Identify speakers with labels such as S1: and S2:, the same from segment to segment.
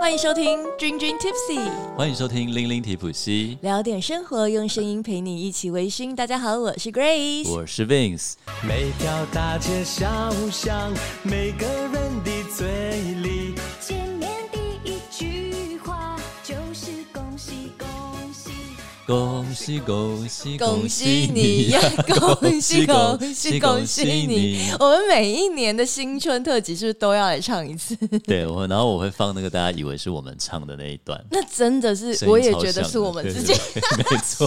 S1: 欢迎收听《君君 Tipsy》，
S2: 欢迎收听《零零提普西
S1: 聊点生活，用声音陪你一起微醺。大家好，我是》，Grace。
S2: 我是 Vince。
S3: 每条大街小巷，每个人的嘴里，
S4: 见面第一句话就是恭喜恭喜。
S2: 恭喜恭喜
S1: 恭喜你 呀！恭喜 恭喜恭喜你！！我们每一年的新春特辑是不是都要来唱一 次？
S2: 对，我然后我会放那个大家以为是我们唱的那一段，
S1: 那真的是，
S2: 声音
S1: 我也
S2: 超
S1: 觉得
S2: 像
S1: 是
S2: 的
S1: 我们
S2: 对
S1: 自己
S2: 对。对没 错，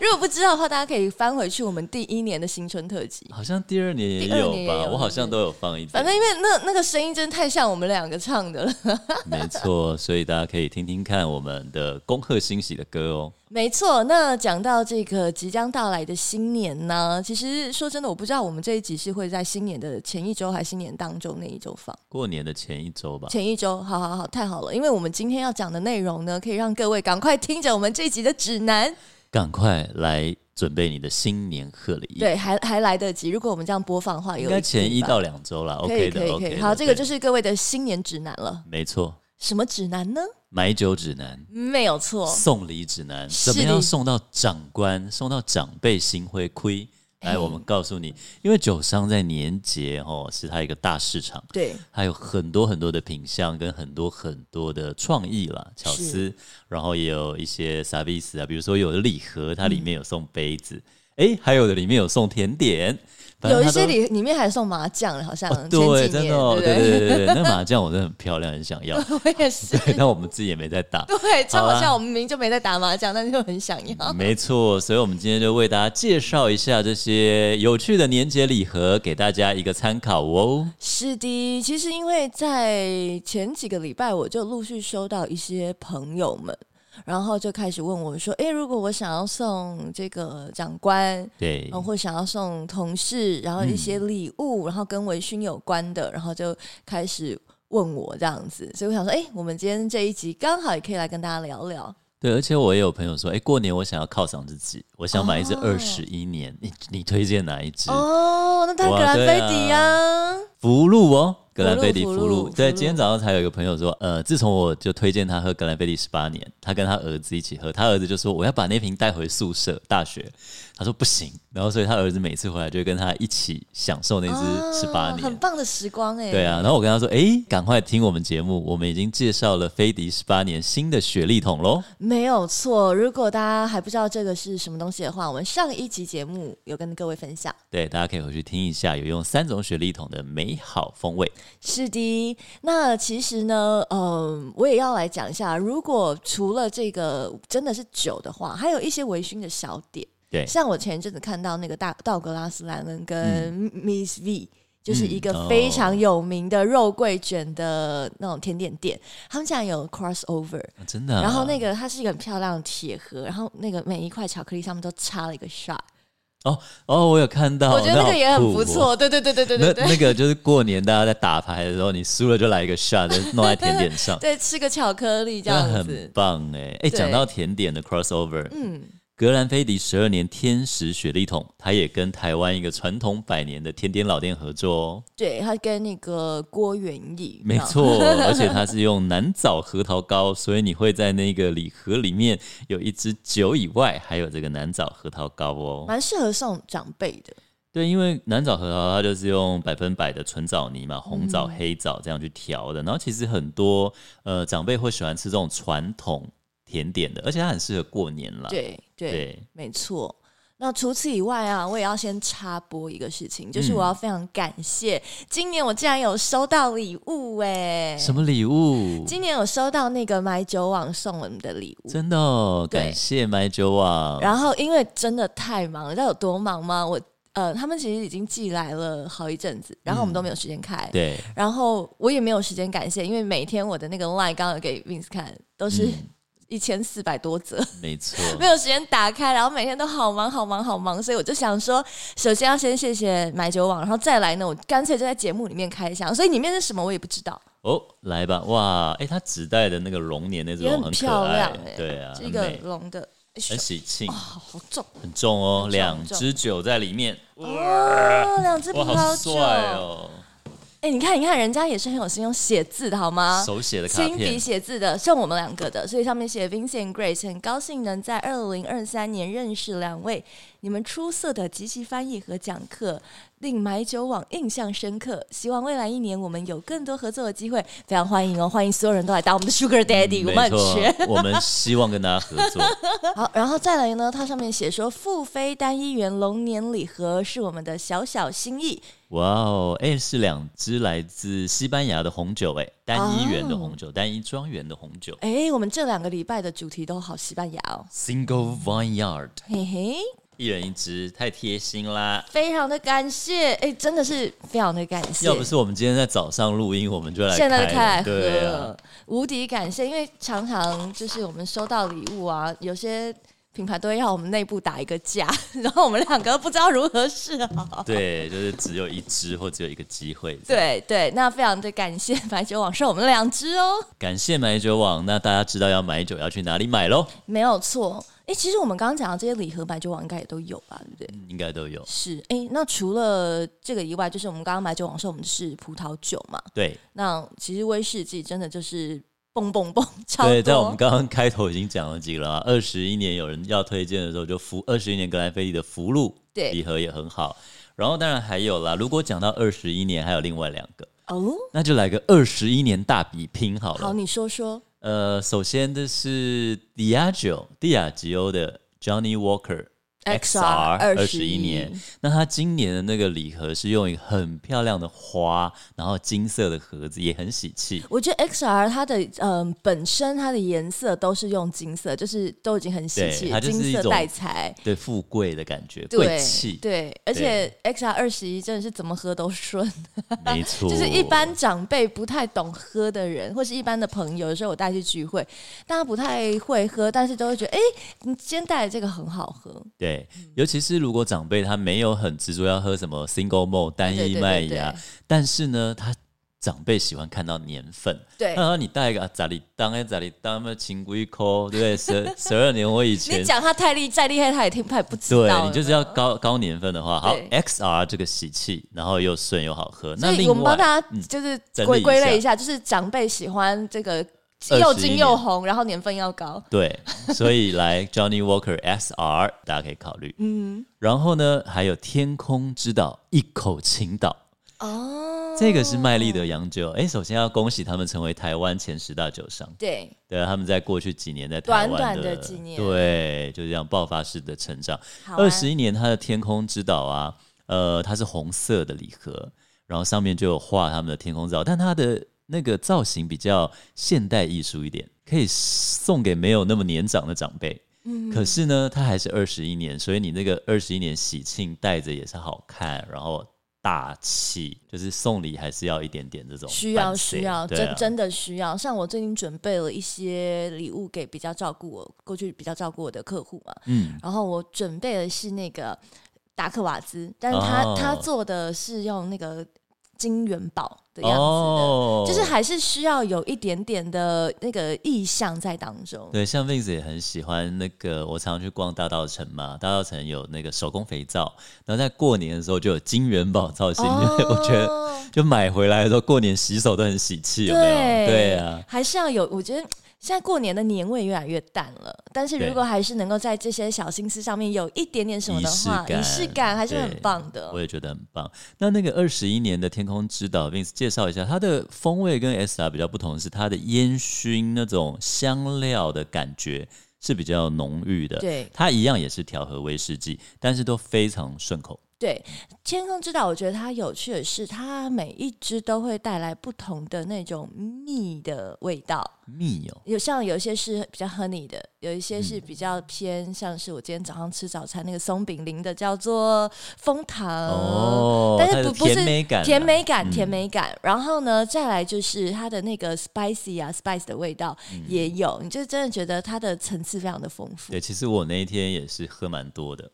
S1: 如果不知道的话，大家可以翻回去我们第一年的新春特辑。
S2: 好像第二年也
S1: 第二
S2: 有
S1: 年也
S2: 吧，
S1: 有
S2: 我好
S1: 对
S2: 像都有放一点，
S1: 反正因为那那个声音真的太像我们两个唱的了。
S2: 没错，所以大家可以听听看我们的恭贺新喜的歌哦。
S1: 没错，那讲到这个即将到来的新年呢，其实说真的，我不知道我们这一集是会在新年的前一周还是新年当中那一周放。
S2: 过年的前一周吧，
S1: 前一周，好好好，太好了，因为我们今天要讲的内容呢，可以让各位赶快听着我们这一集的指南，
S2: 赶快来准备你的新年贺礼。，
S1: 对，还还来得及。如果我们这样播放的话，有
S2: 应该
S1: 集
S2: 前一
S1: 吧
S2: 到两周啦。
S1: 可以
S2: OK
S1: 可
S2: 的
S1: 以可
S2: ，OK
S1: 以。
S2: 的。
S1: 好，这个
S2: 对
S1: 就是各位的新年指南了。
S2: 没错，
S1: 什么指南呢？
S2: 买酒指南。
S1: 没有错，
S2: 送礼指南，
S1: 哦是
S2: 怎
S1: 的
S2: 么样送到长官，送到长辈心会亏？
S1: 哎
S2: 来，我们告诉你，因为酒商在年节哦，是它一个大市场，
S1: 对，
S2: 它有很多很多的品相跟很多很多的创意啦、巧思，然后也有一些 service 啊，比如说有的礼盒，它里面有送杯子，诶，还有的里面有送甜点，反正
S1: 嗯有一
S2: 它都
S1: 些里里面还送麻将，好像
S2: 哦，
S1: 前几
S2: 对，
S1: 年，
S2: 真的哦，
S1: 不
S2: 对对对对，那麻将我真的很漂亮，很想要，
S1: 对，我也 是。
S2: 对， 但我们自己也没在打，
S1: 对，就
S2: 好
S1: 好
S2: 啊嗯啦
S1: 像我们明明就没在打麻将，但是就很想要。
S2: 没错，所以我们今天就为大家介绍一下这些有趣的年节礼盒，给大家一个参考 哦。
S1: 是的，其实因为在前几个礼拜，我就陆续收到一些朋友们，然后就开始问我说：“诶，如果我想要送这个长官，
S2: 对
S1: 然，后或想要送同事，然后一些礼物，然后跟微醺有关的，然后就开始问我这样子。所以我想说，诶，我们今天这一集刚好也可以来跟大家聊聊。
S2: 对，而且我也有朋友说，哎，过年我想要犒赏自己，我想买一只
S1: 哦
S2: 二十一年，你你推荐哪一只？
S1: 哦，那他格
S2: 哇
S1: 兰
S2: 对啊
S1: 菲迪呀、
S2: 福禄哦，格兰菲迪
S1: 福
S2: 福
S1: 禄福
S2: 禄。
S1: 禄
S2: 对，
S1: 福禄
S2: 今天早上才有一个朋友说，呃，自从我就推荐他喝格兰菲迪十八年，他跟他儿子一起喝，他儿子就说我要把那瓶带回宿舍大学，他说不行，然后所以他儿子每次回来就会跟他一起享受那
S1: 啊
S2: 只十八年
S1: 很。棒的时光哎、
S2: 对啊，然后我跟他说：“诶，赶快听我们节目，我们已经介绍了飞迪十八年新的雪莉桶喽。
S1: 没有错。如果大家还不知道这个是什么东西的话，我们上一集节目有跟各位分享。
S2: 对，大家可以回去听一下，有用三种雪莉桶的美好风味。
S1: 是的，那其实呢，嗯，我也要来讲一下，如果除了这个真的是酒的话，还有一些微醺的小点，
S2: 对，
S1: 像我前一阵子看到那个大道格拉斯·莱恩跟 Miss V。就是一
S2: 嗯
S1: 个
S2: 哦
S1: 非常有名的肉桂卷的那种甜点店，他们竟然有 crossover，
S2: 啊真的啊、
S1: 然后那个它是一个很漂亮的铁盒，然后那个每一块巧克力上面都插了一个 shot，、
S2: 哦哦，我有看到，
S1: 我觉得那
S2: 好
S1: 个也很
S2: 酷
S1: 不
S2: 哦
S1: 错。。对对对对对对
S2: 那
S1: 对。
S2: 那个就是过年大家在打牌的时候，你输了就来一个 shot，就弄在甜点上，
S1: 对，吃个巧克力 这
S2: 真的
S1: 样
S2: 很
S1: 子，
S2: 棒哎哎。
S1: 对
S2: 讲到甜点的 crossover，
S1: 嗯，
S2: 格兰菲迪十二年天使雪莉桶，它也跟台湾一个传统百年的甜点老店合作哦。
S1: 对，它跟那个郭元益，
S2: 没错， 而且它是用南枣核桃糕，所以你会在那个礼盒里面有一支酒以外，还有这个南枣核桃糕哦。
S1: 蛮适合送长辈的。
S2: 对，因为南枣核桃糕它就是用百分百的纯枣泥
S1: 嗯
S2: 嘛，红枣、黑枣这样去调的。然后其实很多呃长辈会喜欢吃这种传统甜点的，而且它很适合过年啦。
S1: 对对，
S2: 啊对
S1: 没错。那除此以外啊，我也要先插播一个事情，
S2: 嗯
S1: 就是我要非常感谢，今年我竟然有收到礼物哎、
S2: 什么礼物？
S1: 今年有收到那个买酒网送我们的礼物，
S2: 真的、哦，
S1: 对
S2: 感谢麦酒网。
S1: 然后因为真的太忙了，你知道有多忙吗？我呃，他们其实已经寄来了好一阵子，然后我们都没有时间开。。
S2: 对，
S1: 然后我也没有时间感谢，因为每天我的那个 line 刚刚给 Vince 看，都是
S2: 嗯
S1: 一千四百多则，
S2: 没错，
S1: 没有时间打开，然后每天都好忙好忙好忙，所以我就想说，首先要先谢谢买酒网，然后再来呢，我干脆就在节目里面开箱，所以里面是什么我也不知道，
S2: 哦，来吧，哇，哎、它纸袋的那个龙年那
S1: 也
S2: 种很可
S1: 漂
S2: 爱
S1: 亮，哎、
S2: 对啊，
S1: 这
S2: 很
S1: 个
S2: 美，
S1: 龙的，哎
S2: 很喜庆，
S1: 好好重
S2: 很重哦，
S1: 很重
S2: 两支酒在里面，哇，
S1: 哦，两只葡
S2: 哇好
S1: 萄酒，
S2: 帅哦，
S1: 哎，你看，你看，人家也是很有心，用写字的好吗？
S2: 手写的卡
S1: 啊亲笔
S2: 片，
S1: 写字的，剩我们两个的，所以上面写 Vincent Grace，很高兴能在二零二三年认识两位，你们出色的即席翻译和讲课令买酒网印象深刻。希望未来一年我们有更多合作的机会，非常欢迎哦，欢迎所有人都来当我们的 Sugar Daddy，、我
S2: 嗯没
S1: 们很
S2: 错
S1: 缺。，
S2: 我们希望跟大家合 作。
S1: 好，然后再来呢，它上面写说付飞单一元龙年礼盒是我们的小小心意，
S2: 哇哦，哎，是两支来自西班牙的红酒，哎，单一
S1: 哦
S2: 园的红酒，单一庄园的红酒
S1: 哎，我们这两个礼拜的主题都好西班牙哦，
S2: ，Single Vineyard，
S1: 嘿嘿。
S2: 一人一支，太贴心啦。
S1: 非常的感谢，哎、真的是非常的感谢。
S2: 要不是我们今天在早上录音，我们就来
S1: 现在就开
S2: 开
S1: 来
S2: 了
S1: 喝
S2: 对啊
S1: 了，，无敌感谢，因为常常就是我们收到礼物啊，有些品牌都会要我们内部打一个架， 然后我们两个不知道如何是 好。
S2: 对，就是只有一支或只有一个机会。，
S1: 对对，那非常的感谢白酒网售我们两支哦，
S2: 感谢买酒网，那大家知道要买酒要去哪里买喽？
S1: 没有错。哎、其实我们刚刚讲的这些礼盒，白酒网应该也都有吧，对不对？
S2: 嗯应该都有。
S1: 是，哎、那除了这个以外，就是我们刚刚白酒网售我们是葡萄酒嘛，
S2: 对
S1: 那其实威士忌真的就是蹦蹦蹦，超多。
S2: 对，在我们刚刚开头已经讲了几个了、啊，二十一年有人要推荐的时候，就福二十一年格兰菲迪的福禄
S1: 对
S2: 礼盒也很好。然后当然还有啦，如果讲到二十一年，还有另外两个，
S1: 哦，
S2: 那就来个二十一年大比拼好了。
S1: 好，你说说。
S2: 呃，首先这是 Diageo 蒂亚吉欧的 Johnny Walker
S1: XR
S2: 二十一
S1: 21
S2: 年。那它今年的那个礼盒是用一个很漂亮的花，然后金色的盒子也很喜气。
S1: 我觉得 XR 它的嗯、本身它的颜色都是用金色，就是都已经很喜气
S2: 对，它就是
S1: 金
S2: 一
S1: 色
S2: 种
S1: 带财，
S2: 对富贵的感觉，贵
S1: 对
S2: 气，
S1: 对，而且 XR 二十一真的是怎么喝都顺，
S2: 没错，
S1: 就是一般长辈不太懂喝的人，或是一般的朋友，有时候我带去聚会，大家不太会喝，但是都会觉得哎、你今天带的这个很好喝，
S2: 对，尤其是如果长辈他没有很执着要喝什么 single malt 单
S1: 对
S2: 一
S1: 对
S2: 麦
S1: 对
S2: 芽
S1: 对，
S2: 但是呢，他长辈喜欢看到年份，
S1: 对
S2: 那你带一个啊咋里当哎咋里当么情归扣，对不对？十十二年我以 前
S1: 你。讲他太厉再厉害，他也听他也不知道
S2: 对
S1: 有没有，
S2: 你就是要高高年份的话，好
S1: 对
S2: XR 这个喜气，然后又顺又好喝。
S1: 所
S2: 那
S1: 以
S2: 另
S1: 我们
S2: 外
S1: 帮，大家
S2: 嗯
S1: 就是
S2: 整
S1: 归
S2: 理一
S1: 归类
S2: 下
S1: 一下，就是长辈喜欢这个
S2: 21
S1: 又金又
S2: 年
S1: 红，然后年份要高。
S2: 对， 所以来 Johnny Walker XR 大家可以考虑。嗯，然后呢，还有天空之岛一口青岛，
S1: 哦，
S2: 这个是麦利德洋酒。哎，首先要恭喜他们成为台湾前十大酒商。
S1: 对，
S2: 对，他们在过去几年在台湾
S1: 短短的几年
S2: 对，就这样爆发式的成长。
S1: 好
S2: 二
S1: 啊
S2: 十一年，它的天空之岛啊，呃，它是红色的礼盒，然后上面就有画他们的天空之岛，但它的那个造型比较现代艺术一点，可以送给没有那么年长的长辈。
S1: 嗯
S2: 可是呢，它还是二十一年，所以你那个二十一年喜庆戴着也是好看，然后大气，就是送礼还是要一点点这种
S1: 需要
S2: fancy，
S1: 需要，
S2: 对啊
S1: 真真的需要。像我最近准备了一些礼物给比较照顾我过去比较照顾我的客户嘛，
S2: 嗯，
S1: 然后我准备的是那个达克瓦兹，但是他、
S2: 哦
S1: 他做的是用那个金元宝的样子
S2: 哦
S1: 的。就是还是需要有一点点的那个意象在当中，
S2: 对，像 Vince 也很喜欢那个，我常常去逛大稻城嘛，大稻城有那个手工肥皂，然后在过年的时候就有金元宝造型， 因为我觉得
S1: 哦
S2: 就买回来的时候过年洗手都很喜气，有没有？
S1: 对
S2: 对啊，
S1: 还是要有。我觉得现在过年的年味越来越淡了，但是
S2: 对
S1: 如果还是能够在这些小心思上面有一点点什么
S2: 仪
S1: 的
S2: 式
S1: 话，
S2: 感，
S1: 仪式感还是很
S2: 对
S1: 棒的
S2: 我。也觉得很棒。那那个二十一年的天空之岛，Vince 介绍一下，它的风味跟 SR 比较不同的是，它的烟熏那种香料的感觉是比较浓郁的。
S1: 对
S2: 它一样也是调和威士忌，但是都非常顺口。
S1: 对，天空之岛，我觉得它有趣的是，它每一只都会带来不同的那种蜜的味道。
S2: 蜜哦，
S1: 有像有一些是比较 honey 的，有一些
S2: 嗯
S1: 是比较偏像是我今天早上吃早餐那个松饼淋的叫做枫糖
S2: 哦
S1: 但
S2: 它
S1: 是
S2: 的
S1: 不不是
S2: 甜美感啊
S1: 甜美感
S2: 嗯
S1: 甜美感。然后呢，再来就是它的那个 spicy 啊 spice 的味道也有，你就真的觉得它的层次非常的丰富
S2: 嗯对，。其实我那一天也是喝蛮多的。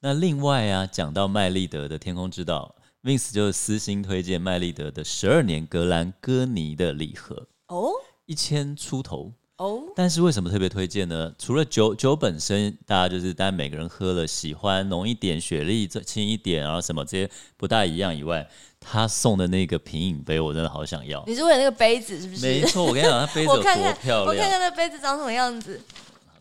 S2: 那另外啊，讲到麦利德的《天空之岛》，Vince 就私心推荐麦利德的十二年格兰哥尼的礼盒，
S1: 哦
S2: 一千出头。
S1: 哦，
S2: 但是为什么特别推荐呢？除了酒酒本身，大家就是大家每个人喝了喜欢浓一点、雪莉这轻一点，然后什么这些不大一样以外，他送的那个品饮杯，我真的好想要。
S1: 你是为了那个杯子是不是？
S2: 没错，我跟你讲，它杯子有
S1: 我
S2: 多
S1: 看看，
S2: 漂亮。啊
S1: 我看看那杯子长什么样子。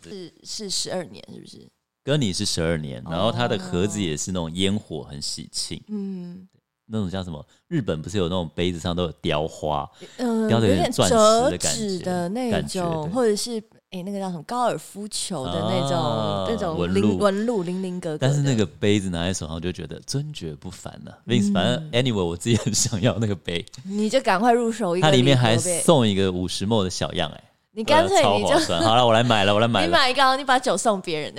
S1: 是是十二年，是不是？
S2: 跟你是十二年，然后它的盒子也是那种烟火，很喜庆，
S1: 嗯
S2: 那种叫什么？日本不是有那种杯子上都有雕花？
S1: 嗯，
S2: 雕
S1: 有
S2: 得有
S1: 点
S2: 点钻石
S1: 折
S2: 的感
S1: 纸
S2: 觉
S1: 的那
S2: 感觉
S1: 种，
S2: 对
S1: 或者是诶、那个叫什么高尔夫球的那种、
S2: 啊
S1: 那种
S2: 纹
S1: 零
S2: 路
S1: 纹路零零格格的。
S2: 但是那个杯子拿在手上就觉得尊爵不凡呢、Vince，、反
S1: 嗯
S2: 正 anyway 我自己很想要那个杯，
S1: 你就赶快入手一个
S2: 它
S1: 礼盒呗，
S2: 里面还送一个五十 ml 的小样、哎，
S1: 你干脆
S2: 超
S1: 你就
S2: 划算。好了，我来买了，我来买
S1: 你
S2: 了，
S1: 买一个，然后你把酒送别 人，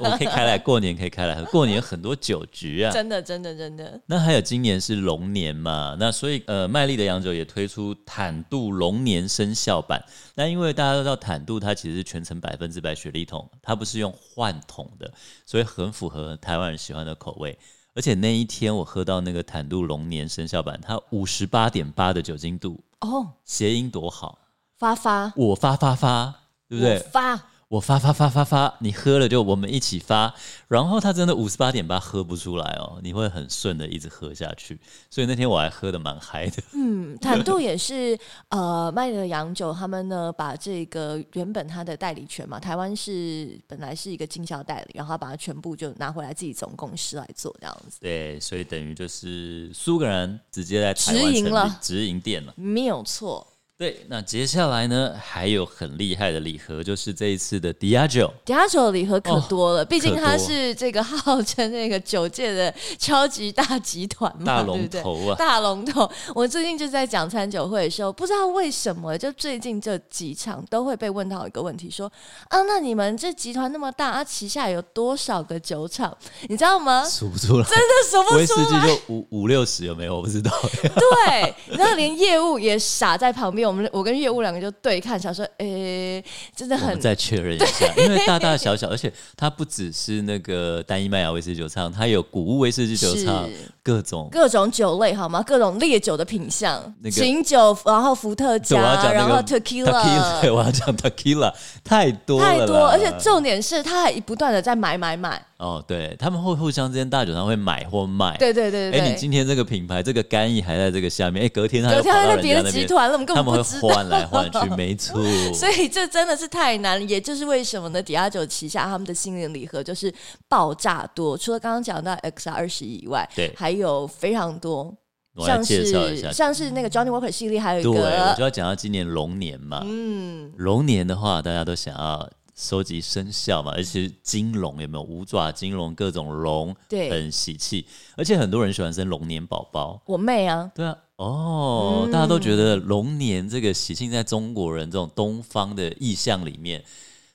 S2: 我可以开来过年可以开来喝，过年很多酒局啊。
S1: 真的真的真的，
S2: 那还有今年是龙年嘛，那所以呃，麦丽的洋酒也推出坦度龙年生肖版。那因为大家都知道坦度它其实是全程百分之百雪莉桶，它不是用换桶的，所以很符合台湾人喜欢的口味。而且那一天我喝到那个坦度龙年生肖版，它五十八点八的酒精度，
S1: 哦，
S2: 谐音多好！
S1: 发发，
S2: 我发发发，对不对？
S1: 我发，
S2: 我发发发发发，你喝了就我们一起发。然后它真的五十八点八喝不出来哦，你会很顺的一直喝下去。所以那天我还喝的蛮嗨 的，
S1: 嗯，坦度也是呃麦德洋酒他们呢把这个原本它的代理权嘛，台湾是本来是一个经销代理，然后他把它全部就拿回来自己总公司来做这样子。
S2: 对，所以等于就是苏格兰直接在台
S1: 直
S2: 湾
S1: 营
S2: 成立
S1: 了
S2: 直营店了。
S1: 没有错，
S2: 对，那接下来呢还有很厉害的礼盒，就是这一次的 Diageo。
S1: 迪亚酒礼盒可
S2: 哦
S1: 多了，毕竟
S2: 可
S1: 它
S2: 多
S1: 是这个号称那个酒界的超级大集团嘛，
S2: 大
S1: 对
S2: 龙
S1: 不对？
S2: 头啊
S1: 大龙头。我最近就在讲餐酒会的时候，不知道为什么，就最近这几场都会被问到一个问题，说啊，那你们这集团那么大，啊，旗下有多少个酒厂？你知道 吗？
S2: 数不出来，
S1: 真的数不
S2: 威士
S1: 出
S2: 忌
S1: 来。
S2: 就五五六十有没有？我不 知道。
S1: 对，然后连业务也傻在旁边，我们我跟业务两个就对看，想说，诶、真的
S2: 我
S1: 很
S2: 们再确认一 下，因为大大小小，而且它不只是那个单一麦芽威士忌酒厂，它有谷物威士忌酒厂
S1: 是，
S2: 各种
S1: 各种酒类好吗？各种烈酒的品相，
S2: 那个
S1: 琴酒，然后伏特
S2: 对，
S1: 加，
S2: 我要讲
S1: 然
S2: 那
S1: 后
S2: 个
S1: tequila，
S2: 对，我要讲 tequila，太多了啦，
S1: 太多，而且重点是他还不断的在买买买，
S2: 哦，对他们会互相之间大酒商会买或卖，
S1: 对对对对
S2: 哎，
S1: 对。
S2: 你今天这个品牌这个干邑还在这个下面，哎，隔天他
S1: 隔
S2: 又
S1: 天
S2: 跑
S1: 他
S2: 到
S1: 在
S2: 人
S1: 别
S2: 家
S1: 的
S2: 那
S1: 集
S2: 边，
S1: 团了，我们根
S2: 他
S1: 本
S2: 们
S1: 不
S2: 会
S1: 知
S2: 换来
S1: 道。
S2: 换去，没错，
S1: 所以这真的是太难了，也就是为什么呢？迪亚酒旗下他们的新年礼盒就是爆炸多，除了刚刚讲到 XR 二十以外，
S2: 对
S1: 还有非常多，
S2: 我来
S1: 像
S2: 介绍一
S1: 是
S2: 下。
S1: 像是那个 Johnny Walker 系列，还有一
S2: 对，我就
S1: 个
S2: 要讲到今年龙年嘛，
S1: 嗯，
S2: 龙年的话，大家都想要收集生肖嘛，而且金龙有没有五爪金龙各种龙，
S1: 对
S2: 很喜气，而且很多人喜欢生龙年宝宝。
S1: 我妹啊，
S2: 对啊，哦，大家都觉得龙年这个喜庆，在中国人这种东方的意象里面，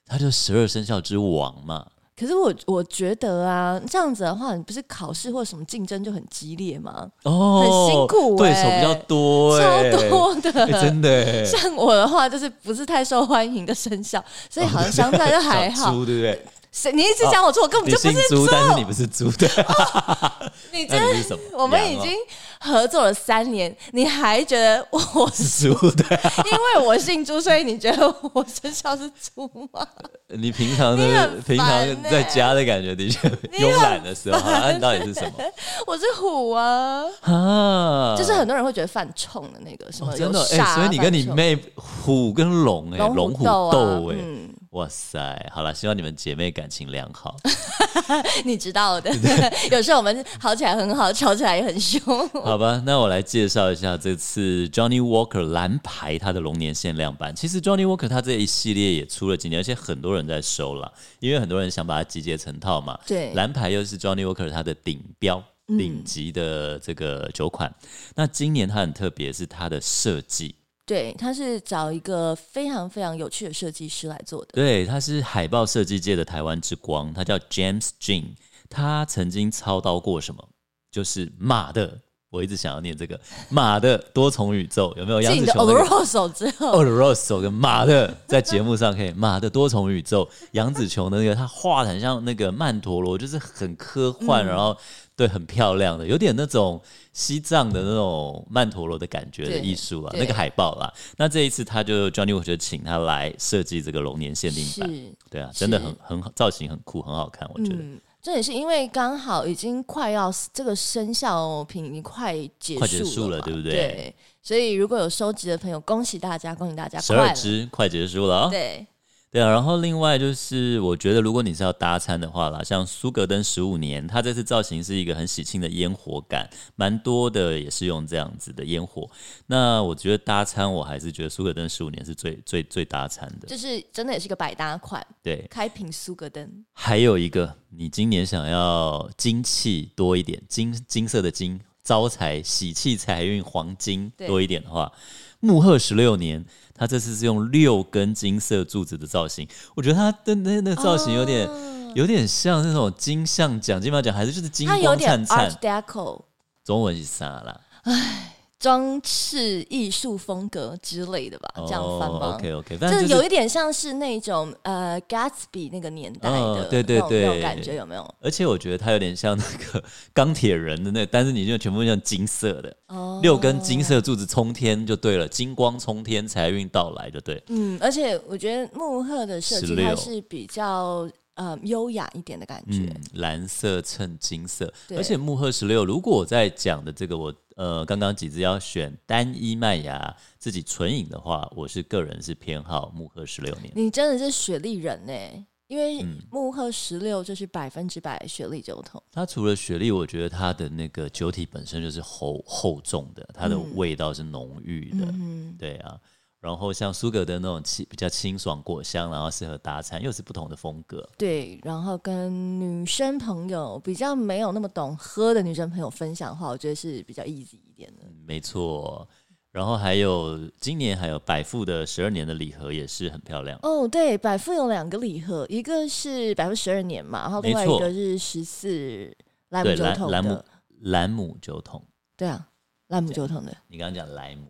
S2: 它就十二生肖之王嘛。
S1: 可是我我觉得啊，这样子的话，你不是考试或什么竞争就很激烈吗？
S2: 哦，
S1: 很辛苦
S2: 对
S1: 欸
S2: 手比较多、欸，
S1: 超多的，
S2: 欸真的、欸，
S1: 像我的话，就是不是太受欢迎的生肖，所以好像相对就还
S2: 哦小
S1: 好。
S2: 猪对不对？
S1: 谁你一直讲我错，我根本
S2: 你
S1: 就不
S2: 姓
S1: 是
S2: 猪，
S1: 猪，
S2: 但是你不是猪，对，
S1: 你真
S2: 那
S1: 的
S2: 你是什么？
S1: 我们
S2: 羊
S1: 已
S2: 哦
S1: 经合作了三年，你还觉得我是
S2: 是猪，对。
S1: 因为我姓朱，所以你觉得我生肖是猪吗？
S2: 你平常
S1: 你
S2: 的
S1: 很烦
S2: 平常在
S1: 欸
S2: 家的感觉的确慵懒的时候，好啊像你到底是什么
S1: 我是虎啊，
S2: 啊？
S1: 就是很多人会觉得犯冲的那个什么
S2: 哦
S1: 有
S2: 真的哎、
S1: 煞啊
S2: 所以你跟你
S1: 犯冲
S2: 妹虎跟龙哎、
S1: 龙虎
S2: 龙虎
S1: 斗啊
S2: 斗哎、
S1: 嗯
S2: 哇塞，好了，希望你们姐妹感情良 好。
S1: 你知道 的， 有时候我们好起来很好，吵起来也很凶。
S2: 好吧，那我来介绍一下这次 Johnny Walker 蓝牌它的龙年限量版。其实 Johnny Walker 它这一系列也出了几年，而且很多人在收了，因为很多人想把它集结成套嘛。
S1: 对嗯
S2: 蓝牌又是 Johnny Walker 它的顶标。顶级的这个酒款，那今年它很特别，是它的设计，
S1: 对，他是找一个非常非常有趣的设计师来做的。
S2: 对，他是海报设计界的台湾之光，他叫 James Jin。他曾经操刀过什么？就是马的，我一直想要念这个马的多重宇宙，有没有？
S1: 自
S2: 杨
S1: 己
S2: 子
S1: 的
S2: 琼
S1: o
S2: 那
S1: v
S2: 个
S1: e r a 手之
S2: 哦
S1: 后，
S2: Oloroso 跟马的在节目上可以，马的多重宇宙，杨紫琼的那个她画的很像那个曼陀罗，就是很科
S1: 嗯
S2: 幻，然后对很漂亮的，有点那种西藏的那种曼陀罗的感觉的
S1: 对
S2: 艺术啊，
S1: 对
S2: 那个海报啦。那这一次他就 Johnny，我就请他来设计这个龙年限定版，
S1: 是
S2: 对啊，真的
S1: 是
S2: 很很好，造型很酷，很好看，我觉得。
S1: 嗯，这也是因为刚好已经快要这个生效品已经快结束
S2: 快结束了
S1: 嘛
S2: 对不对
S1: 对，所以如果有收集的朋友，恭喜大家，恭喜大家，
S2: 十
S1: 快
S2: 二
S1: 了
S2: 支快结束了啊、
S1: 对，
S2: 对啊，然后另外就是，我觉得如果你是要搭餐的话啦，像苏格登十五年，它这次造型是一个很喜庆的烟火感，蛮多的，也是用这样子的烟火。那我觉得搭餐，我还是觉得苏格登十五年是最最最搭餐的。
S1: 就是真的也是个百搭款，
S2: 对，
S1: 开瓶苏格登，
S2: 还有一个，你今年想要精气多一点，金金色的金，招财、喜气、财运、黄金
S1: 对
S2: 多一点的话，木鹤十六年，它这次是用六根金色柱子的造型，我觉得它的那那个造型有点、
S1: 哦
S2: 有点像那种金像奖、金马奖，还是就是金
S1: 它有
S2: 光
S1: 点
S2: 灿
S1: Art
S2: 灿。
S1: Deco
S2: 中文是啥啦？
S1: 装饰艺术风格之类的吧，这样翻吧。
S2: o k 哦 OK，反
S1: 这
S2: 正
S1: 有
S2: 就是。
S1: 一点像是那种呃 Gatsby 那个年代的
S2: 哦，对对
S1: 那种那种
S2: 对
S1: 感觉有没有？
S2: 而且我觉得它有点像那个钢铁人的那个，但是你就全部像金色的，
S1: 哦
S2: 六根金色柱子冲天就对了，金光冲天，财运到来就对。
S1: 嗯，而且我觉得木鹤的设计
S2: 16
S1: 它是比较呃优雅一点的感觉，
S2: 嗯，蓝色衬金色，
S1: 对
S2: 而且木鹤十六，如果我在讲的这个我呃刚刚几只要选单一麦芽自己纯饮的话，我是个人是偏好木鹤十六年。
S1: 你真的是雪莉人呢、因为
S2: 嗯
S1: 木鹤十六就是百分之百雪莉酒桶，
S2: 它除了雪莉，我觉得它的那个酒体本身就是厚厚重的，它的味道是浓郁的，
S1: 嗯，
S2: 对啊。然后像苏格的那种清比较清爽果香，然后适合搭餐，又是不同的风格。
S1: 对。然后跟女生朋友比较没有那么懂喝的女生朋友分享的话，我觉得是比较 easy 一点的。
S2: 嗯没错。然后还有今年还有百富的十二年的礼盒也是很漂亮，
S1: 哦，对，百富有两个礼盒，一个是百富十二年嘛，然后另外
S2: 没
S1: 一
S2: 错
S1: 个是十四莱姆
S2: 对
S1: 酒
S2: 兰
S1: 桶
S2: 兰姆
S1: 的，
S2: 兰姆酒桶，
S1: 对啊，莱姆酒桶的。
S2: 你刚刚讲莱姆，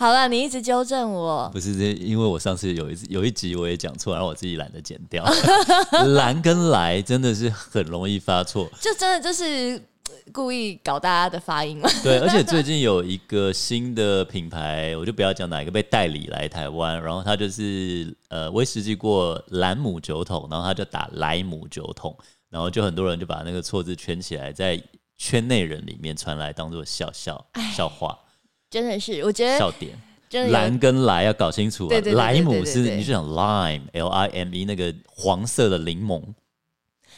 S1: 好了，你一直纠正我，
S2: 不是这，因为我上次有一次有一集我也讲错，然后我自己懒得剪 掉， 兰跟来真的是很容易发错，
S1: 就真的就是呃故意搞大家的发音嘛。
S2: 对，而且最近有一个新的品牌，我就不要讲哪一个被代理来台湾，然后它就是呃威士忌过兰姆酒桶，然后它就打莱姆酒桶，然后就很多人就把那个错字圈起来，在圈内人里面传来当做笑 笑
S1: 哎
S2: 笑话
S1: 真的是，我觉得
S2: 笑点。
S1: 真的有
S2: 兰跟莱要搞清楚啊
S1: 对对，对
S2: 莱
S1: 对
S2: 姆
S1: 对
S2: 是
S1: 对
S2: 你就想 lime L I M E 那个黄色的柠檬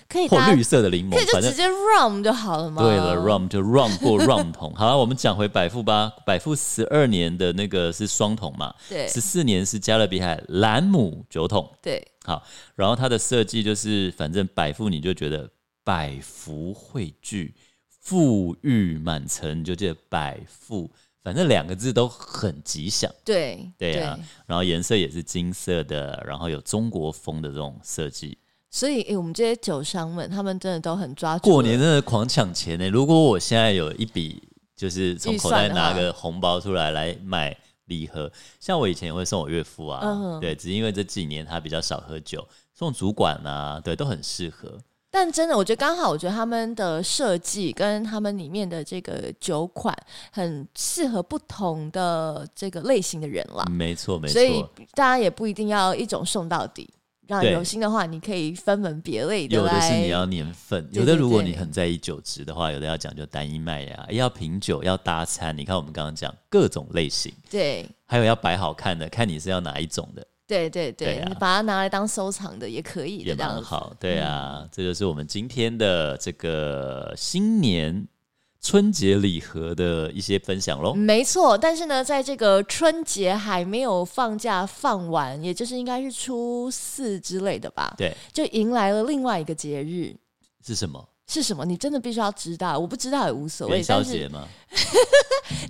S1: 可以
S2: 或
S1: 搭，
S2: 绿色的柠檬
S1: 可以，就
S2: 反
S1: 直
S2: 正。
S1: 接 rum 就好了嘛。
S2: 对了，rum 就 rum 过 rum 桶。好了，我们讲回百富吧。百富十二年的那个是双桶嘛，
S1: 对
S2: 十四年是加勒比海兰姆酒桶。
S1: 对，
S2: 好，然后它的设计就是，反正百富你就觉得百福汇聚，富裕满城，你就记得百富，反正两个字都很吉祥。
S1: 对
S2: 对啊，然后颜色也是金色的，然后有中国风的这种设计。
S1: 所以、诶我们这些酒商们，他们真的都很抓住
S2: 过年
S1: 了
S2: 真的狂抢钱呢、如果我现在有一笔，就是从口袋
S1: 预算的话
S2: 拿个红包出来来买礼盒，像我以前也会送我岳父啊，
S1: 嗯哼
S2: 对，只是因为这几年他比较少喝酒，送主管啊，对，都很适合。
S1: 但真的，我觉得刚好，我觉得他们的设计跟他们里面的这个酒款，很适合不同的这个类型的人啦。
S2: 没错，嗯没
S1: 啊所以
S2: 错，
S1: 大家也不一定要一种送到底。让
S2: 对
S1: 有心的话，你可以分门别类
S2: 有的
S1: 来。
S2: 是你要年份，
S1: 对
S2: 有的如果
S1: 对对
S2: 你很在意酒质的话，有的要讲究单一麦芽，要品酒，要搭餐。你看我们刚刚讲各种类型，
S1: 对
S2: 还有要摆好看的，看你是要哪一种的。
S1: 对对对，
S2: 对啊
S1: 你把它拿来当收藏的也可以
S2: 也
S1: 的，这样
S2: 蛮
S1: 子嗯
S2: 好，对啊，这就是我们今天的这个新年春节礼盒的一些分享喽。
S1: 没错，但是呢，在这个春节还没有放假放完，也就是应该是初四之类的吧，
S2: 对，
S1: 就迎来了另外一个节日，
S2: 是什么？
S1: 是什么？你真的必须要知道，我不知道也无所谓
S2: 元。宵
S1: 但
S2: 节
S1: 是
S2: 吗？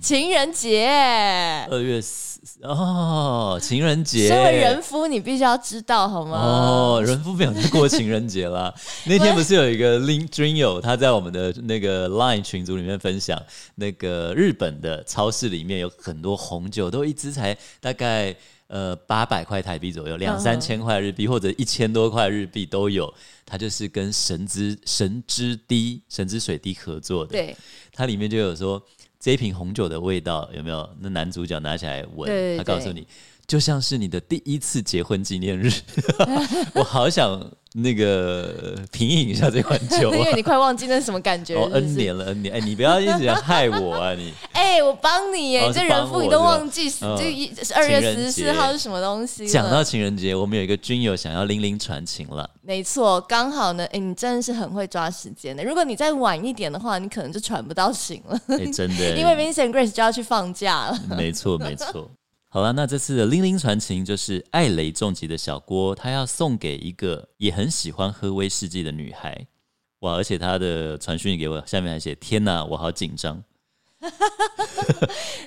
S1: 情人节，
S2: 二月四哦，情人节。
S1: 身为人夫，你必须要知道好吗？
S2: 哦，人夫没有在过情人节啦。那天不是有一个 Link Dream 友，他在我们的那个 Line 群组里面分享，那个日本的超市里面有很多红酒，都一支才大概呃八百块台币左右，两三千块日币或者一千多块日币都有。它就是跟神之神之滴、神之水滴合作的。
S1: 对，
S2: 它里面就有说这一瓶红酒的味道有没有？那男主角拿起来闻，
S1: 对
S2: 他告诉你，就像是你的第一次结婚纪念日。我好想那个品饮一下这款酒
S1: 因
S2: 啊
S1: 为。你快忘记 那是什么感觉
S2: 哦
S1: 了，是不
S2: ，N
S1: 是
S2: 年了，N 年，哎，你不要一直想害我啊！ 你
S1: 哎、我帮你耶，
S2: 哦
S1: 你
S2: 是
S1: 这人
S2: 帮
S1: 夫
S2: 我
S1: 你都
S2: 是吧
S1: 忘记，
S2: 嗯
S1: 就一二月十
S2: 情
S1: 四
S2: 人节
S1: 号是什么东西了？
S2: 讲到情人节，我们有一个军友想要零零传情了，
S1: 没错，刚好呢，哎、你真的是很会抓时间的。如果你再晚一点的话，你可能就喘不到醒了，
S2: 哎，真 的，
S1: 因为 Vincent Grace 就要去放假了。
S2: 没错，没错。好了，那这次的《零零传情》就是艾雷重疾的小郭，他要送给一个也很喜欢喝威士忌的女孩。哇！而且他的传讯给我，下面还写：“天哪，我好紧张。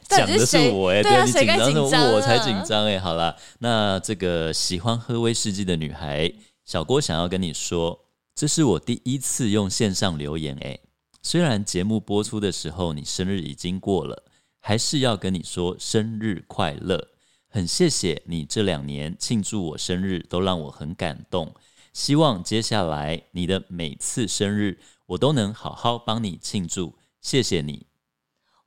S1: 到
S2: 讲
S1: 底
S2: 的是
S1: 谁
S2: 我哎、
S1: 对啊，
S2: 你
S1: 谁
S2: 紧
S1: 该
S2: 张
S1: 紧
S2: 的
S1: 张啊
S2: 我才紧张哎、好啦，那这个喜欢喝威士忌的女孩，小郭想要跟你说，这是我第一次用线上留言哎、虽然节目播出的时候你生日已经过了，还是要跟你说生日快乐。很谢谢你这两年庆祝我生日，都让我很感动。希望接下来你的每次生日，我都能好好帮你庆祝。谢谢你，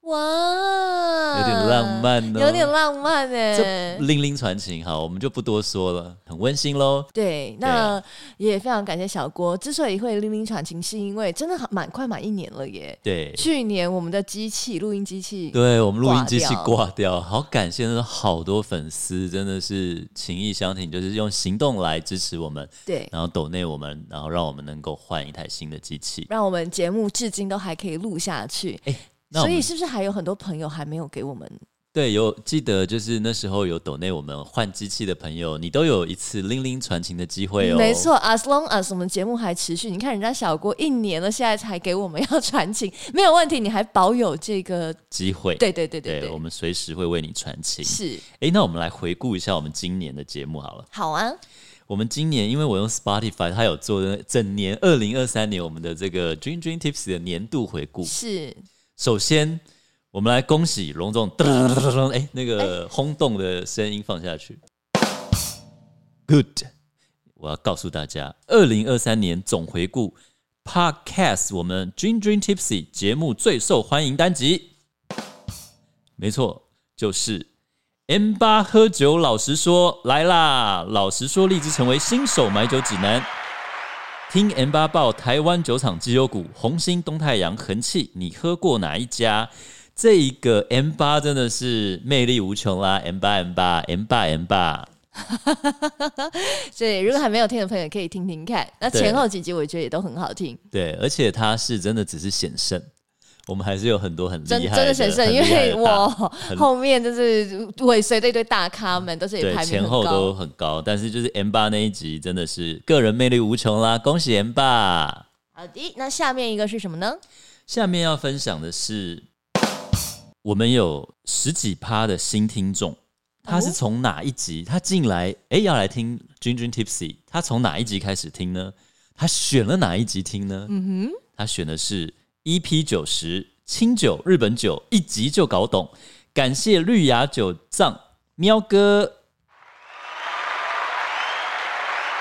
S1: 哇，
S2: 有点浪漫哦
S1: 有点浪漫哎、
S2: 这零零传情哈，我们就不多说了，很温馨喽。
S1: 对，那
S2: 啊
S1: 也非常感谢小郭。之所以会零零传情，是因为真的蛮快满一年了耶。
S2: 对，
S1: 去年我们的机器录音机器，
S2: 对我们录音机器
S1: 挂掉
S2: 挂掉，好感谢真的好多粉丝，真的是情意相挺，就是用行动来支持我们，
S1: 对，
S2: 然后抖内我们，然后让我们能够换一台新的机器。
S1: 让我们节目至今都还可以录下去。
S2: 哎，那我
S1: 所
S2: 们
S1: 以是不是还有很多朋友还没有给我们？
S2: 对有记得就是那时候有抖内我们换机器的朋友，你都有一次零零传情的机会哦。
S1: 没错，as long as 我们节目还持续，你看人家小郭一年了，现在才给我们要传情，没有问题，你还保有这个？
S2: 机会。
S1: 对对对
S2: 对
S1: 对，
S2: 我们随时会为你传情。
S1: 是
S2: 哎，那我们来回顾一下我们今年的节目好了。
S1: 好啊，
S2: 我们今年因为我用 Spotify，它有做的整年二零二三年我们的这个 Dream Dream Tips 的年度回顾。
S1: 是
S2: 首先，我们来恭喜隆重，噔噔噔噔噔哎，那个轰动的声音放下去。Good，我要告诉大家，二零二三年总回顾 Podcast，我们 Dream Dream Tipsy 节目最受欢迎单集，没错，就是 M 八喝酒。老实说，来啦！老实说，立志成为新手买酒指南。听 M 八报台湾酒厂绩优股，红星、东太阳、恒气，你喝过哪一家？这一个 M 八真的是魅力无穷啦！M 八 M 八 M 八 M 八，
S1: 所以如果还没有听的朋友可以听听看。那
S2: 对
S1: 前后几集我觉得也都很好听，
S2: 对，而且它是真的只是险胜，我们还是有很多很
S1: 真
S2: 厉害
S1: 真的神圣，
S2: 很
S1: 因
S2: 厉害
S1: 为
S2: 的
S1: 我
S2: 大
S1: 后面就是尾随着一堆大咖们，都是也
S2: 对
S1: 排名
S2: 前
S1: 很
S2: 后
S1: 高
S2: 都很高，但是就是 M 八那一集真的是个人魅力无穷啦！恭喜 M 八！
S1: 好的，那下面一个是什么呢？
S2: 下面要分享的是，我们有十几趴的新听众，他
S1: 哦
S2: 是从哪一集？他进来，哎、要来听君君 Tipsy，他从哪一集开始听呢？他选了哪一集听呢？
S1: 嗯
S2: 他选的是 EP 九十清酒日本酒，一集就搞懂。感谢绿芽酒藏喵哥，
S1: 哼，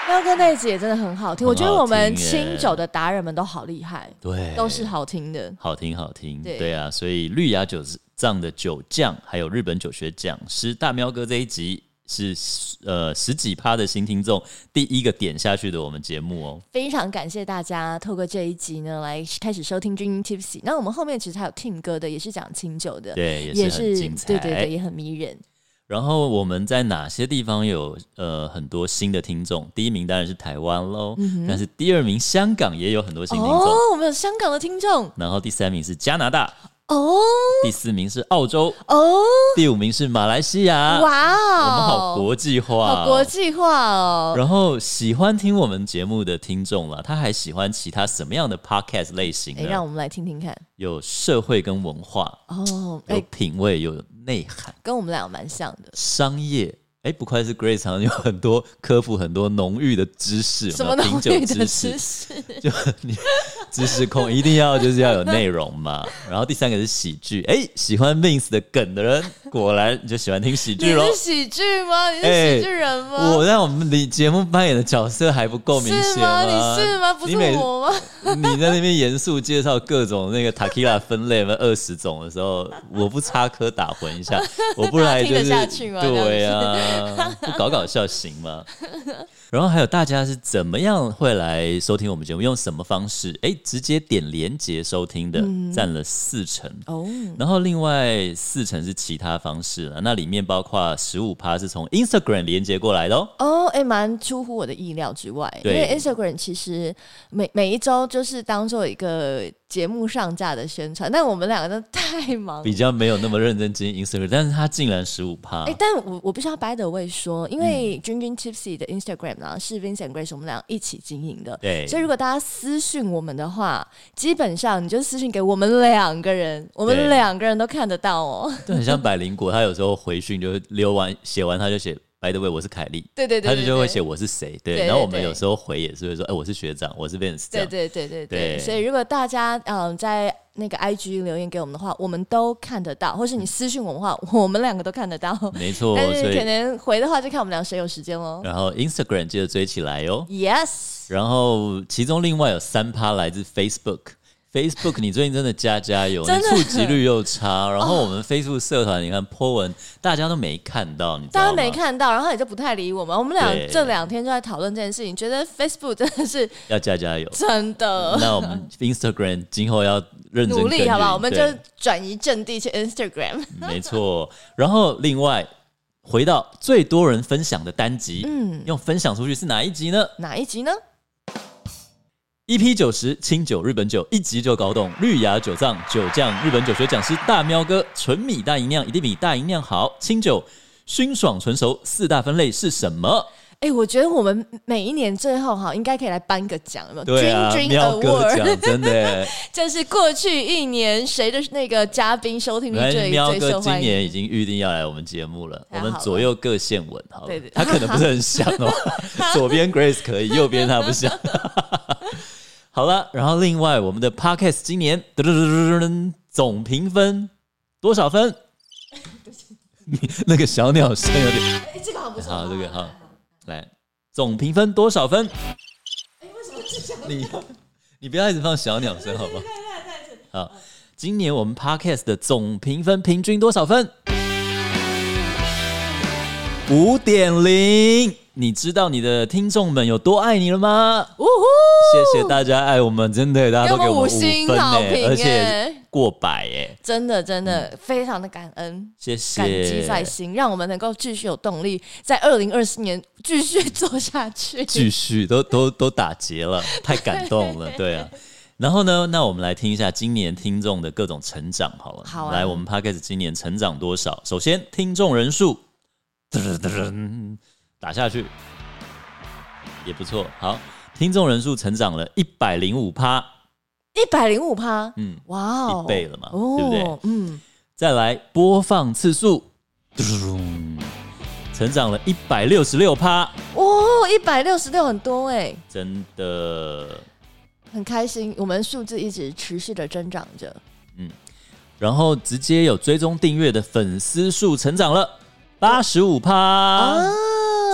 S1: 喵哥那一集也真的很好听，我觉得
S2: 很好
S1: 我们
S2: 听耶
S1: 清酒的达人们都好厉害，
S2: 对，
S1: 都是好听的。
S2: 好听好听，
S1: 对
S2: 对啊，所以绿芽酒藏的酒匠，还有日本酒学讲师大喵哥这一集是呃十几趴的新听众第一个点下去的我们节目哦。
S1: 非常感谢大家透过这一集呢来开始收听 Dream Tipsy。那我们后面其实还有 Tim 哥的，也是讲清酒的，
S2: 对也是
S1: 呃也
S2: 很精彩
S1: 对对对，也很迷人。
S2: 然后我们在哪些地方有呃很多新的听众？第一名当然是台湾喽，但是第二名香港也有很多新听众，
S1: 嗯哦，我们有香港的听众
S2: 然后第三名是加拿大，
S1: 哦
S2: 第四名是澳洲，
S1: 哦，
S2: 第五名是马来西亚。
S1: 哇
S2: 啊我
S1: 哦，
S2: 们好国际化、
S1: 好国际化哦。
S2: 然后喜欢听我们节目的听众啦，他还喜欢其他什么样的 podcast 类型
S1: 哎，让
S2: 呢？
S1: 我们来听听看
S2: 有社会跟文化，
S1: 哦，
S2: 有
S1: 哎，
S2: 品味，有内涵，
S1: 跟我们俩蛮像的。
S2: 商业。哎，不愧是 Grace 常有很多科普很多浓郁的知识，有
S1: 什
S2: 没
S1: 么
S2: 有
S1: 浓
S2: 品酒
S1: 郁的
S2: 知
S1: 知
S2: 识，
S1: 识？
S2: 就你知识控一定要就是要有内容嘛。然后第三个是喜剧，哎，喜欢 Vince 的梗的人，果然你就喜欢听喜
S1: 你
S2: 剧喽。
S1: 是喜剧吗？你
S2: 哎
S1: 是喜剧人吗？
S2: 我在我们的节目扮演的角色还不够明
S1: 是
S2: 显啊
S1: 吗？你是吗？不
S2: 你
S1: 是
S2: 每
S1: 我吗？
S2: 你在那边严肃介绍各种那个 tequila 分类嘛 二十种的时候，我不插科打诨一下，我不来就
S1: 大家听得
S2: 是
S1: 下去吗
S2: 对啊，啊，不搞搞笑行吗？然后还有大家是怎么样会来收听我们节目，用什么方式？哎、直接点连接收听的，
S1: 嗯
S2: 占了四成。
S1: 哦，
S2: 然后另外四成是其他方式了，那里面包括十五趴是从 Instagram 连接过来的哦。
S1: 哦，哎，蛮出乎我的意料之外，因
S2: 对
S1: 为 Instagram 其实每每一周就是当做一个节目上架的宣传，但我们两个都太忙了
S2: 比。较没有那么认真经营 Instagram，但是他竟然十五趴
S1: 哎、，但我我必须要 by the way 说，因为
S2: 嗯
S1: 君君 Tipsy 的 Instagram 呢、是 Vincent Grace 我们俩一起经营的，
S2: 对
S1: 所以如果大家私讯我们的话，基本上你就私讯给我们两个人，我们
S2: 对
S1: 两个人都看得到哦。
S2: 就很像百灵果，他有时候回讯就溜完写完他就写 By the way，我是凯莉，
S1: 对对对
S2: 他
S1: 对
S2: 就就会写我是谁，
S1: 对
S2: 对，然后我们
S1: 对
S2: 有时候回也是会说，哎，我是学长，我是 Vance，这
S1: 对对
S2: 样，
S1: 对对对，
S2: 对
S1: 所以如果大家嗯、在那个 IG 留言给我们的话，我们都看得到，或是你私讯我们的话，我们两个都看得到。
S2: 嗯没错，
S1: 但
S2: 所
S1: 是可
S2: 以呃
S1: 能回的话，就看我们俩谁有时间喽。
S2: 然后 Instagram 记得追起来哦。
S1: Yes，
S2: 然后其中另外有三趴来自 Facebook。Facebook，你最近真的加加油，
S1: 真
S2: 你
S1: 的哦
S2: 触及率 又差，然后我们 Facebook 社团，你看 po 文，大家都没看到，你知道
S1: 大
S2: 吗？
S1: 家没看到，然后也就不太理我们。我们俩
S2: 对
S1: 这两天就在讨论这件事情，觉得 Facebook 真的是。
S2: 要加加油
S1: 真的
S2: 那 我们 Instagram 今后要认真
S1: 努力，
S2: 耕
S1: 好不好？
S2: 耘
S1: 我们就
S2: 对
S1: 转移阵地去 Instagram。
S2: 没错。然后另外回到最多人分享的单集，嗯，用分享出去是哪一集呢
S1: 哪一集呢？
S2: ？EP 九十清酒日本酒一集就搞懂，绿芽酒藏酒匠日本酒学讲师大喵哥，纯米大吟酿一定比大吟酿好，清酒熏爽醇熟四大分类是什么？
S1: 哎、我觉得我们每一年最后哈，应该可以来颁个奖，有没有？
S2: 对啊，
S1: 君君
S2: 喵哥
S1: Award，
S2: 讲真的耶，
S1: 就是过去一年谁的那个嘉宾收听率
S2: 原来
S1: 最
S2: 哎喵
S1: 最
S2: 哥
S1: 受
S2: 今
S1: 欢
S2: 年已
S1: 迎。
S2: 经预定要来我们节目了，
S1: 太
S2: 我
S1: 好
S2: 们左右各献吻，好了
S1: 对对
S2: 他可能不是很想 哦，左边 Grace 可以，右边他不想。好了，然后另外我们的 Podcast 今年噔噔噔噔噔总评分多 少分？ 你那个小鸟声有点
S1: 哎、这个好不错。
S2: 好，这个好，来总评分多少分？你你不要一直放小鸟声好不好？好，今年我们 podcast 的总评分平均多少分？五点零。你知道你的听众们有多爱你了吗？
S1: 呜呼，
S2: 谢谢大家爱我们，真的，大家都
S1: 给我
S2: 我
S1: 们
S2: 们
S1: 五
S2: 五
S1: 星
S2: 分
S1: 好评
S2: 呢，而且
S1: 耶
S2: 过百耶，
S1: 真的真的、非常的感恩。
S2: 嗯谢
S1: 感激
S2: 谢。
S1: 在心，让我们能够继续有动力，在二零二四年继续做下去。
S2: 继续都都都打 结了，太感动了，对啊。然后呢，那我们来听一下今年听众的各种成长好了。
S1: 好啊
S2: 来我们 podcast 今年成长多少？首先，听众人数，噔噔噔噔打下去也不错。好，听众人数成长了一百零五趴，
S1: 一百零五趴，
S2: 嗯，
S1: 哇哦，
S2: 一倍了嘛对不对？
S1: 嗯，
S2: 再来播放次数，噔成长了一百六十六趴，
S1: 哦，一百六十六很多哎、
S2: 真的。
S1: 很开心，我们数字一直持续的增长着。
S2: 然后直接有追踪订阅的粉丝数成长了八十五趴，
S1: 哦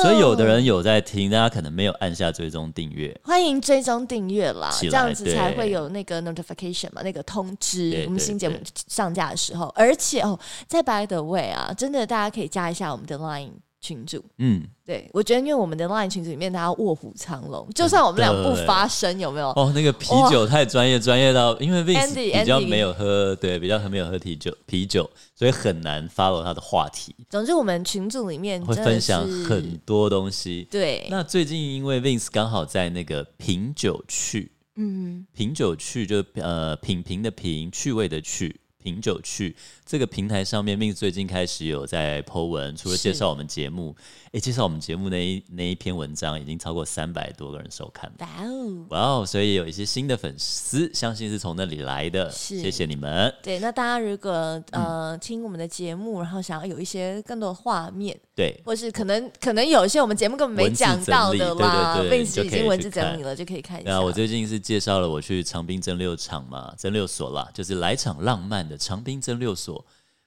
S2: 所以有的人有在听，但他可能没有按下追踪订阅。
S1: 欢迎追踪订阅啦，
S2: 起
S1: 这
S2: 来
S1: 样子才
S2: 对
S1: 会有那个 notification 嘛，那个通知
S2: 对
S1: 我们新
S2: 对
S1: 节目
S2: 对
S1: 上架的时候。而且哦，在 by the way 啊，真的大家可以加一下我们的 Line 群组。
S2: 嗯，
S1: 对，我觉得因为我们的 LINE 群组里面大家卧虎藏龙，就算我们俩
S2: 真的
S1: 不
S2: 欸
S1: 发声，有没有？
S2: 哦，那个啤酒太专业，专业到因为 Vince
S1: Andy，
S2: 比较
S1: Andy
S2: 没有喝，对，比较没有喝啤酒，啤酒，所以很难 follow 他的话题，
S1: 总之，我们群组里面
S2: 会
S1: 真的
S2: 分享
S1: 是
S2: 很多东西。
S1: 对，
S2: 那最近因为 Vince 刚好在那个品酒区，
S1: 嗯，
S2: 品酒趣就是呃品评的评，趣味的趣。品酒趣这个平台上面 m i 最近开始有在 Po 文，除了
S1: 是
S2: 介绍我们节目，诶，介绍我们节目那一那一篇文章已经超过三百多个人收看了，
S1: 哇哦。
S2: 哇哦！所以有一些新的粉丝，相信是从那里来的，
S1: 是
S2: 谢谢你们。
S1: 对，那大家如果
S2: 嗯
S1: 呃、听我们的节目，然后想要有一些更多的画面，
S2: 对，
S1: 或是可能可能有一些我们节目根本没讲到的啦，
S2: 文字整理对对对你就
S1: Vince 已
S2: 可以
S1: 经文字
S2: 去
S1: 整
S2: 看
S1: 理了，就可以看一
S2: 那
S1: 下。
S2: 我最近是介绍了我去长滨蒸馏厂嘛，蒸馏所啦，就是来场浪漫的长滨蒸馏所，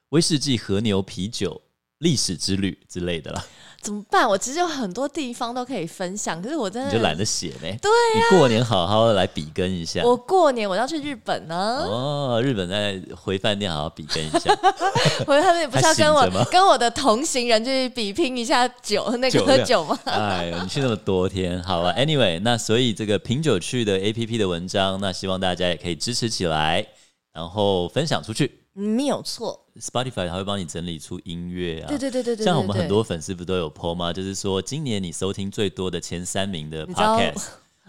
S2: 威士忌和牛啤酒历史之旅之类的啦，
S1: 怎么办？我其实有很多地方都可以分享，可是我真
S2: 你
S1: 的
S2: 就懒得写呗。
S1: 嗯对啊
S2: 你过年好好的来比跟一下。
S1: 我过年我要去日本呢，
S2: 哦，日本在回饭店好好比跟一 下，
S1: 我他们不是要跟
S2: 还醒着
S1: 我
S2: 吗
S1: 跟我的同行人去比拼一下酒那
S2: 酒
S1: 个
S2: 量
S1: 酒 吗？
S2: 哎呦，你去那么多天，好了。Anyway，那所以这个品酒趣的 A P P 的文章，那希望大家也可以支持起来，然后分享出去。
S1: 没有错，
S2: Spotify 它会帮你整理出音乐啊，
S1: 对对对对对，
S2: 像我
S1: 对
S2: 们
S1: 对
S2: 很多粉丝不都有 PO 吗？就是说今年你收听最多的前三名的
S1: 你知道
S2: Podcast，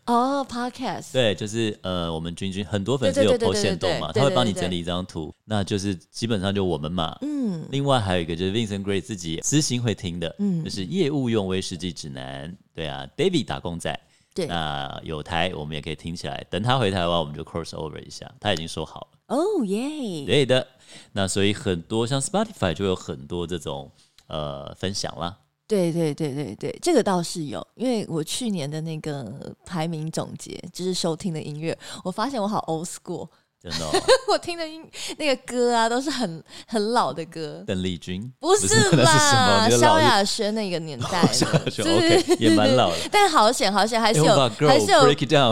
S1: 哦，podcast，
S2: 对，就是呃，我们君君很多粉丝
S1: 对
S2: 有
S1: 对对
S2: PO
S1: 对对
S2: 线动嘛，
S1: 对对
S2: 他会帮你
S1: 对对
S2: 整理一张图，那就是基本上就我们嘛。
S1: 嗯，
S2: 另外还有一个就是 Vincent Gray 自己私心会听的，就是业务用威士忌指南，对啊，David 打工仔。
S1: 对
S2: 那有台我们也可以听起来，等他回台湾我们就 cross over 一下，他已经说好了。
S1: 哦耶，
S2: 对的，那所以很多像 Spotify 就有很多这种呃分享啦。
S1: 对对对对对，这个倒是有，因为我去年的那个排名总结，就是收听的音乐，我发现我好 old school，
S2: 真的哦、
S1: 我听的音那个歌啊，都是很很老的歌。
S2: 邓丽君
S1: 不是
S2: 那是什么？
S1: 啦，
S2: 你的
S1: 萧
S2: 老人
S1: 亚轩那个年代
S2: 萧
S1: 的，
S2: 亚轩
S1: 对
S2: OK，也蛮老的。
S1: 但好险好险，还是有
S2: Elva
S1: 还
S2: Girl
S1: 是有，
S2: break it down，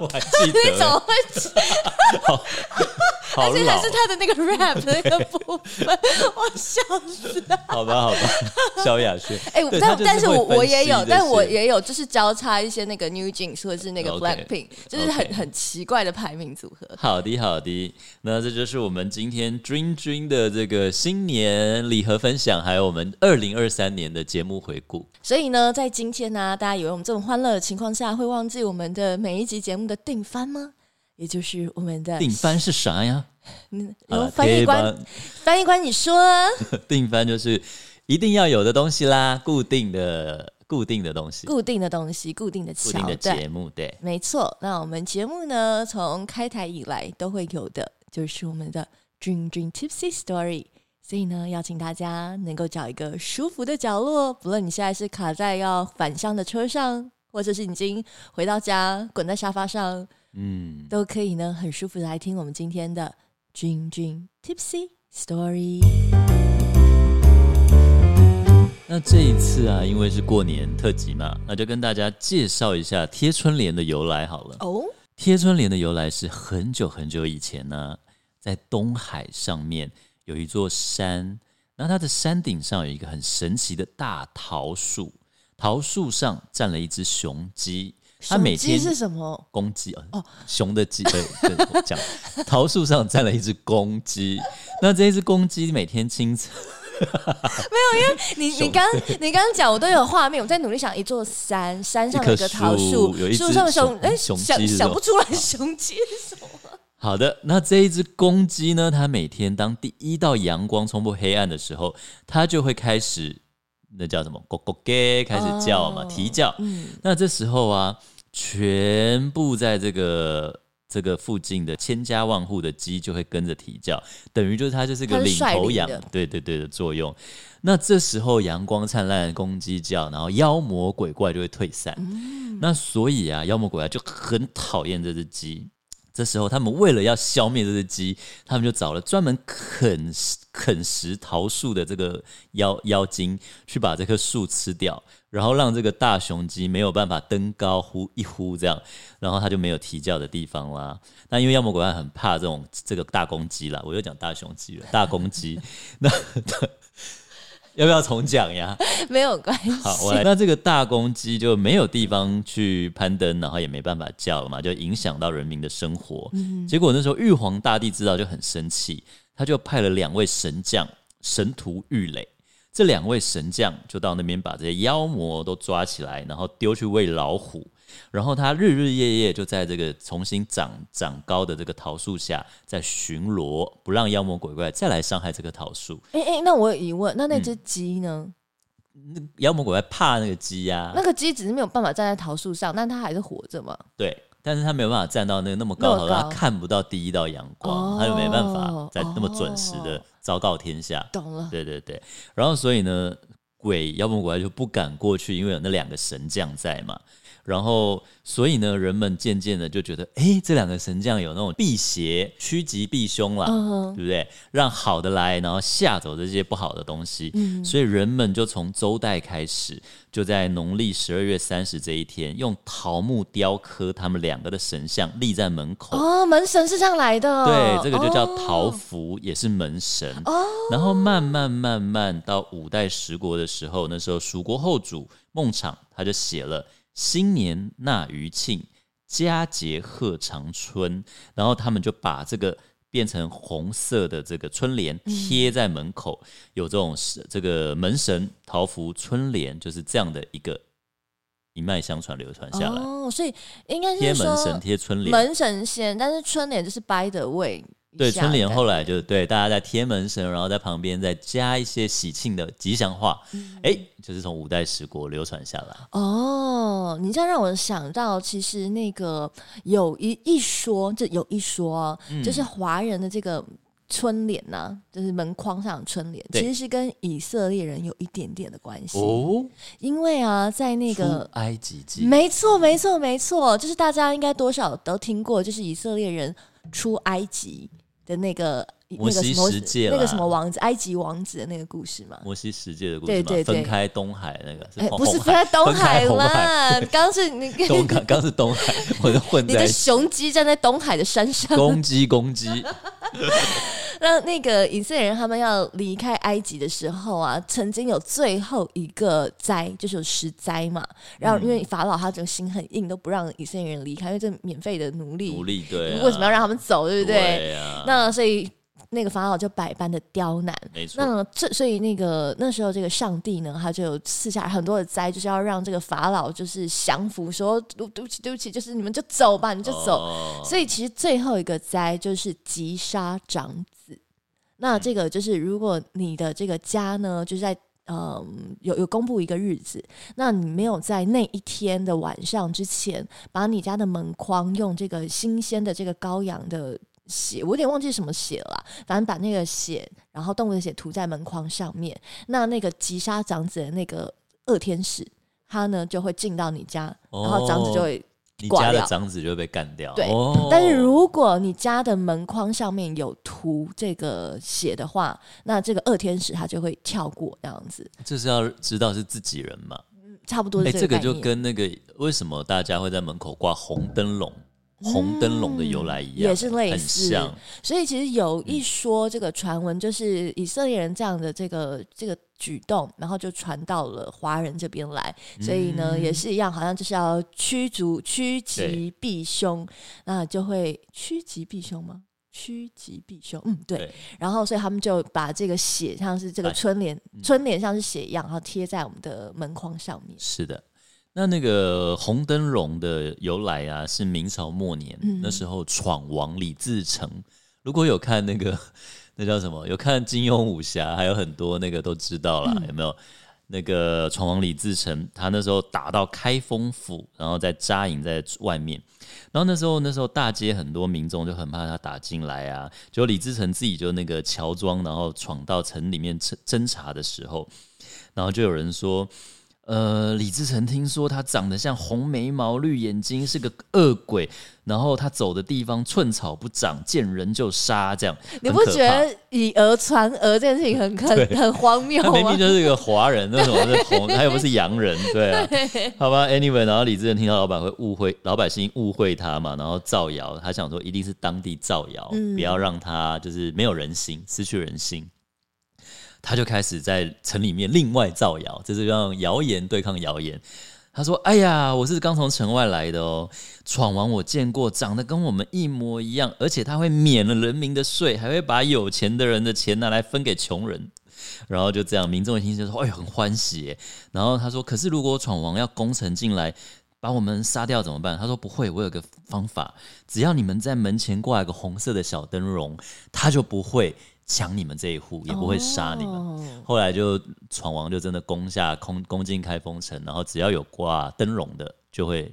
S2: 我 还记得，哎
S1: 你怎么会知道？
S2: 好
S1: 这
S2: 老啊
S1: 还是，他的那个 rap 那个部 分，我笑死。
S2: 好吧， 好吧，萧亚轩。
S1: 哎、
S2: 对
S1: 但
S2: 他就是
S1: 但是我
S2: 会分
S1: 我
S2: 析
S1: 也有
S2: 这，些
S1: 但我也有就是交叉一些那个 New Jeans 或者是那个
S2: OK，
S1: Blackpink，就是很
S2: OK
S1: 很奇怪的排名组合。
S2: 好的，好的，那这就是我们今天 Dream Dream 的这个新年礼盒分享，还有我们二零二三年的节目回顾。
S1: 所以呢，在今天呢、大家以为我们这么欢乐的情况下，会忘记我们的每一集节目的定番吗？也就是我们的
S2: 定番啊是啥呀？
S1: 嗯
S2: 好了
S1: 翻译
S2: 定
S1: 官，翻译官，你说啊、
S2: 番定番就是一定要有的东西啦，固定的固定的东西，
S1: 固定的东西，固定的
S2: 固
S1: 桥
S2: 定的
S1: 段
S2: 节，目，对，
S1: 没错。那我们节目呢，从开台以来都会有的，就是我们的 Dream Dream Tipsy Story。所以呢，邀请大家能够找一个舒服的角落，不论你现在是卡在要返乡的车上，或者是已经回到家滚在沙发上，
S2: 嗯，
S1: 都可以呢，很舒服的来听我们今天的 Dream Dream Tipsy Story。
S2: 那这一次啊，因为是过年特辑嘛，那就跟大家介绍一下贴春联的由来好了。
S1: 哦，
S2: 贴春联的由来是很久很久以前呢，在东海上面有一座山，那它的山顶上有一个很神奇的大桃树，桃树上站了一只雄鸡，它每
S1: 哦手
S2: 天
S1: 机是什么？
S2: 公鸡哦，雄的鸡，对对，我讲桃树上站了一只公鸡，那这一只公鸡每天清晨，
S1: 你你
S2: 熊
S1: 刚你刚刚讲，我都有画面，我在努力想一座山，山上有
S2: 一棵
S1: 一个桃
S2: 树有一只
S1: 树上的熊
S2: 熊，
S1: 哎，
S2: 熊鸡
S1: 想
S2: 是什
S1: 想
S2: 么
S1: 不出来熊鸡是什么。
S2: 好的，那这一只公鸡呢？它每天当第一道阳光冲破黑暗的时候，它就会开始那叫什么“咕咕给”开始叫嘛，
S1: 哦
S2: 啼叫。
S1: 嗯
S2: 那这时候啊，全部在这个这个附近的千家万户的鸡就会跟着啼叫，等于就是它就是
S1: 它
S2: 个
S1: 是
S2: 领
S1: 率
S2: 头
S1: 领
S2: 羊
S1: 的，
S2: 对对对的作用。那这时候阳光灿烂，公鸡叫，然后妖魔鬼怪就会退散。
S1: 嗯
S2: 那所以啊，妖魔鬼怪就很讨厌这只鸡。这时候，他们为了要消灭这只鸡，他们就找了专门啃食啃食桃树的这个妖妖精，去把这棵树吃掉，然后让这个大雄鸡没有办法登高呼一呼这样，然后它就没有啼叫的地方啦。那因为妖魔鬼怪很怕这种这个大公鸡啦，我又讲大雄鸡了，大公鸡，那 要不要重讲呀？
S1: 没有关系。
S2: 好，我来。 那这个大公鸡就没有地方去攀登，然后也没办法叫了嘛，就影响到人民的生活。结果那时候玉皇大帝知道就很生气，他就派了两位神将神徒郁垒，这两位神将就到那边把这些妖魔都抓起来，然后丢去喂老虎。然后他日日夜夜就在这个重新长长高的这个桃树下，在巡逻，不让妖魔鬼怪再来伤害这棵桃树。
S1: 哎哎，那我有疑问，那那
S2: 嗯
S1: 只鸡呢？
S2: 妖魔鬼怪怕那个鸡啊呀、
S1: 那个鸡只是没有办法站在桃树上，但它还是活着嘛？
S2: 对，但是他没有办法站到那个那么高
S1: 那
S2: 头，
S1: 么
S2: 他
S1: 高
S2: 看不到第一道阳光，
S1: 哦
S2: 他就没办法在那么准时的昭告天下。
S1: 懂了。
S2: 对对对，然后所以呢，鬼妖魔鬼怪就不敢过去，因为有那两个神将在嘛。然后，所以呢，人们渐渐的就觉得，哎，这两个神将有那种辟邪、趋吉避凶啦，
S1: 嗯哼
S2: 对不对？让好的来，然后吓走这些不好的东西。所以人们就从周代开始，就在农历十二月三十这一天，用桃木雕刻他们两个的神像，立在门口。
S1: 哦，门神是这样来的，
S2: 对，这个就叫桃
S1: 哦
S2: 符，也是门神。然后慢慢慢慢到五代十国的时候，那时候蜀国后主孟昶他就写了“新年纳余庆，佳节贺长春”，然后他们就把这个。变成红色的这个春联贴在门口，有这种这个门神桃符春联，就是这样的一个一脉相传流传下来。
S1: 哦，所以应该
S2: 贴
S1: 是
S2: 门神
S1: 说
S2: 贴春联，
S1: 门神先，但是春联就是掰的位。
S2: 对，春联后来就对大家在贴门神，然后在旁边再加一些喜庆的吉祥话，
S1: 嗯
S2: 哎、就是从五代十国流传下来。
S1: 哦，你这样让我想到，其实那个有一一说，这有一说啊、
S2: 嗯
S1: 就是华人的这个春联呐、就是门框上的春联，
S2: 对
S1: 其实是跟以色列人有一点点的关系。
S2: 哦，
S1: 因为啊，在那
S2: 出
S1: 个
S2: 埃及记，
S1: 没错，没错，没错，就是大家应该多少都听过，就是以色列人出埃及的那个那
S2: 摩
S1: 个
S2: 西
S1: 什么
S2: 十诫
S1: 那个
S2: 啦
S1: 什么王子，埃及王子的那个故事嘛。
S2: 摩西十诫的故事嘛，
S1: 对对对
S2: 分开东海那个，
S1: 哎，
S2: 红
S1: 不是
S2: 红
S1: 不在东
S2: 分
S1: 海
S2: 开红
S1: 啦
S2: 海，，
S1: 刚是你
S2: 对 东刚刚是东海，我都混
S1: 你
S2: 在
S1: 的
S2: 一起。
S1: 雄鸡站在东海的山上，
S2: 公鸡公鸡，
S1: 让那个以色列人他们要离开埃及的时候啊，曾经有最后一个灾，就是有十灾嘛。然后因为法老他这个心很硬，都不让以色列人离开，因为这免费的奴隶，
S2: 努力对、
S1: 你
S2: 啊，
S1: 为什么要让他们走，对不对？
S2: 对啊
S1: 那所以那个法老就百般的刁难。
S2: 没错，
S1: 那这所以那个那时候这个上帝呢，他就有赐下很多的灾，就是要让这个法老就是降服，说对对不起对不起，就是你们就走吧，你就走。
S2: 哦
S1: 所以其实最后一个灾就是击杀长子。那这个就是，如果你的这个家呢，就是在嗯有有公布一个日子，那你没有在那一天的晚上之前，把你家的门框用这个新鲜的这个羔羊的血，我有点忘记什么血了啦，反正把那个血，然后动物的血涂在门框上面，那那个击杀长子的那个恶天使，他呢就会进到你家，然后长子就会。
S2: 你
S1: 挂
S2: 家的
S1: 掉
S2: 长子就会被干掉。
S1: 对
S2: 哦
S1: 但是如果你家的门框上面有涂这个血的话，那这个恶天使他就会跳过这样子，
S2: 就是要知道是自己人嘛，
S1: 差不多
S2: 哎、
S1: 是
S2: 这
S1: 个
S2: 个
S1: 概念。
S2: 就跟那个为什么大家会在门口挂红灯笼，红灯笼的由来一
S1: 嗯
S2: 样，
S1: 也是类
S2: 很
S1: 似
S2: 像。
S1: 所以其实有
S2: 嗯
S1: 一说这个传闻，就是以色列人这样的这个这个举动，然后就传到了华人这边来，所以呢也是一样，好像就是要驱逐趋吉
S2: 嗯对
S1: 避凶，那就会趋吉避凶吗？趋吉避凶，嗯，对。
S2: 对
S1: 然后，所以他们就把这个血，像是这个
S2: 哎
S1: 春联，春联像是血一样，然后贴在我们的门框上面。
S2: 是的。那那个红灯笼的由来啊，是明朝末年、
S1: 嗯
S2: 那时候闯王李自成。如果有看那个 那叫什么，有看金庸武侠，还有很多那个都知道啦，
S1: 嗯
S2: 有没有？那个闯王李自成，他那时候打到开封府，然后再扎营在外面。然后那时候那时候大街很多民众就很怕他打进来啊，结果李自成自己就那个乔装，然后闯到城里面侦侦查的时候，然后就有人说。呃，李自成听说他长得像红眉毛、绿眼睛，是个恶鬼。然后他走的地方寸草不长，见人就杀，这样
S1: 你
S2: 很
S1: 不
S2: 可
S1: 觉
S2: 怕
S1: 得以讹传讹这件事情很很很荒谬
S2: 他明
S1: 吗
S2: 明？就是个华人，那什么是红，他又不是洋人，对啊， 好吧。Anyway，然后李志仁听到老板会误会，老百姓误会他嘛，然后造谣，他想说一定是当地造谣，不要让他就是没有人心，失去人心。他就开始在城里面另外造谣，这是让谣言对抗谣言。他说：“哎呀，我是刚从城外来的哦，闯王我见过，长得跟我们一模一样，而且他会免了人民的税，还会把有钱的人的钱拿来分给穷人。”然后就这样，民众一听就说：“哎，很欢喜耶。”然后他说：“可是如果闯王要攻城进来，把我们杀掉怎么办？”他说：“不会，我有个方法，只要你们在门前挂一个红色的小灯笼，他就不会抢你们这一户，也不会杀你们。
S1: 哦
S2: 后来就闯王就真的攻下空攻进开封城，然后只要有挂灯笼的就会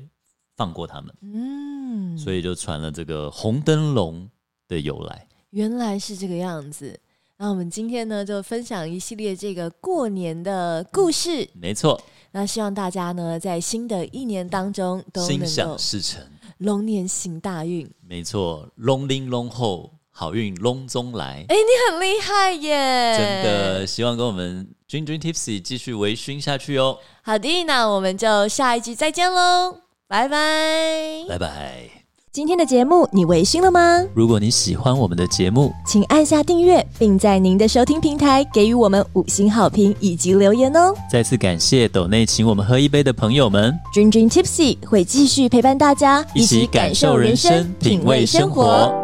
S2: 放过他们，
S1: 嗯，
S2: 所以就传了这个红灯笼的由来。
S1: 原来是这个样子。那我们今天呢，就分享一系列这个过年的
S2: 嗯
S1: 故事。
S2: 没错，
S1: 那希望大家呢，在新的一年当中都
S2: 心
S1: 能够
S2: 想事成。
S1: 龙年行大运。
S2: 没错，龙临龙后，好运龙中来。
S1: 哎、你很厉害耶！
S2: 真
S1: 呃
S2: 的，希望跟我们君君 Tipsy 继续微醺下去哦。
S1: 好的，那我们就下一集再见喽，拜拜。
S2: 拜拜。
S1: 今天的节目你微醺了吗？
S2: 如果你喜欢我们的节目，
S1: 请按下订阅，并在您的收听平台给予我们五星好评以及留言哦。
S2: 再次感谢斗内请我们喝一杯的朋友们，
S1: 君君 Tipsy 会继续陪伴大家，
S2: 一起感受人生，品味生活。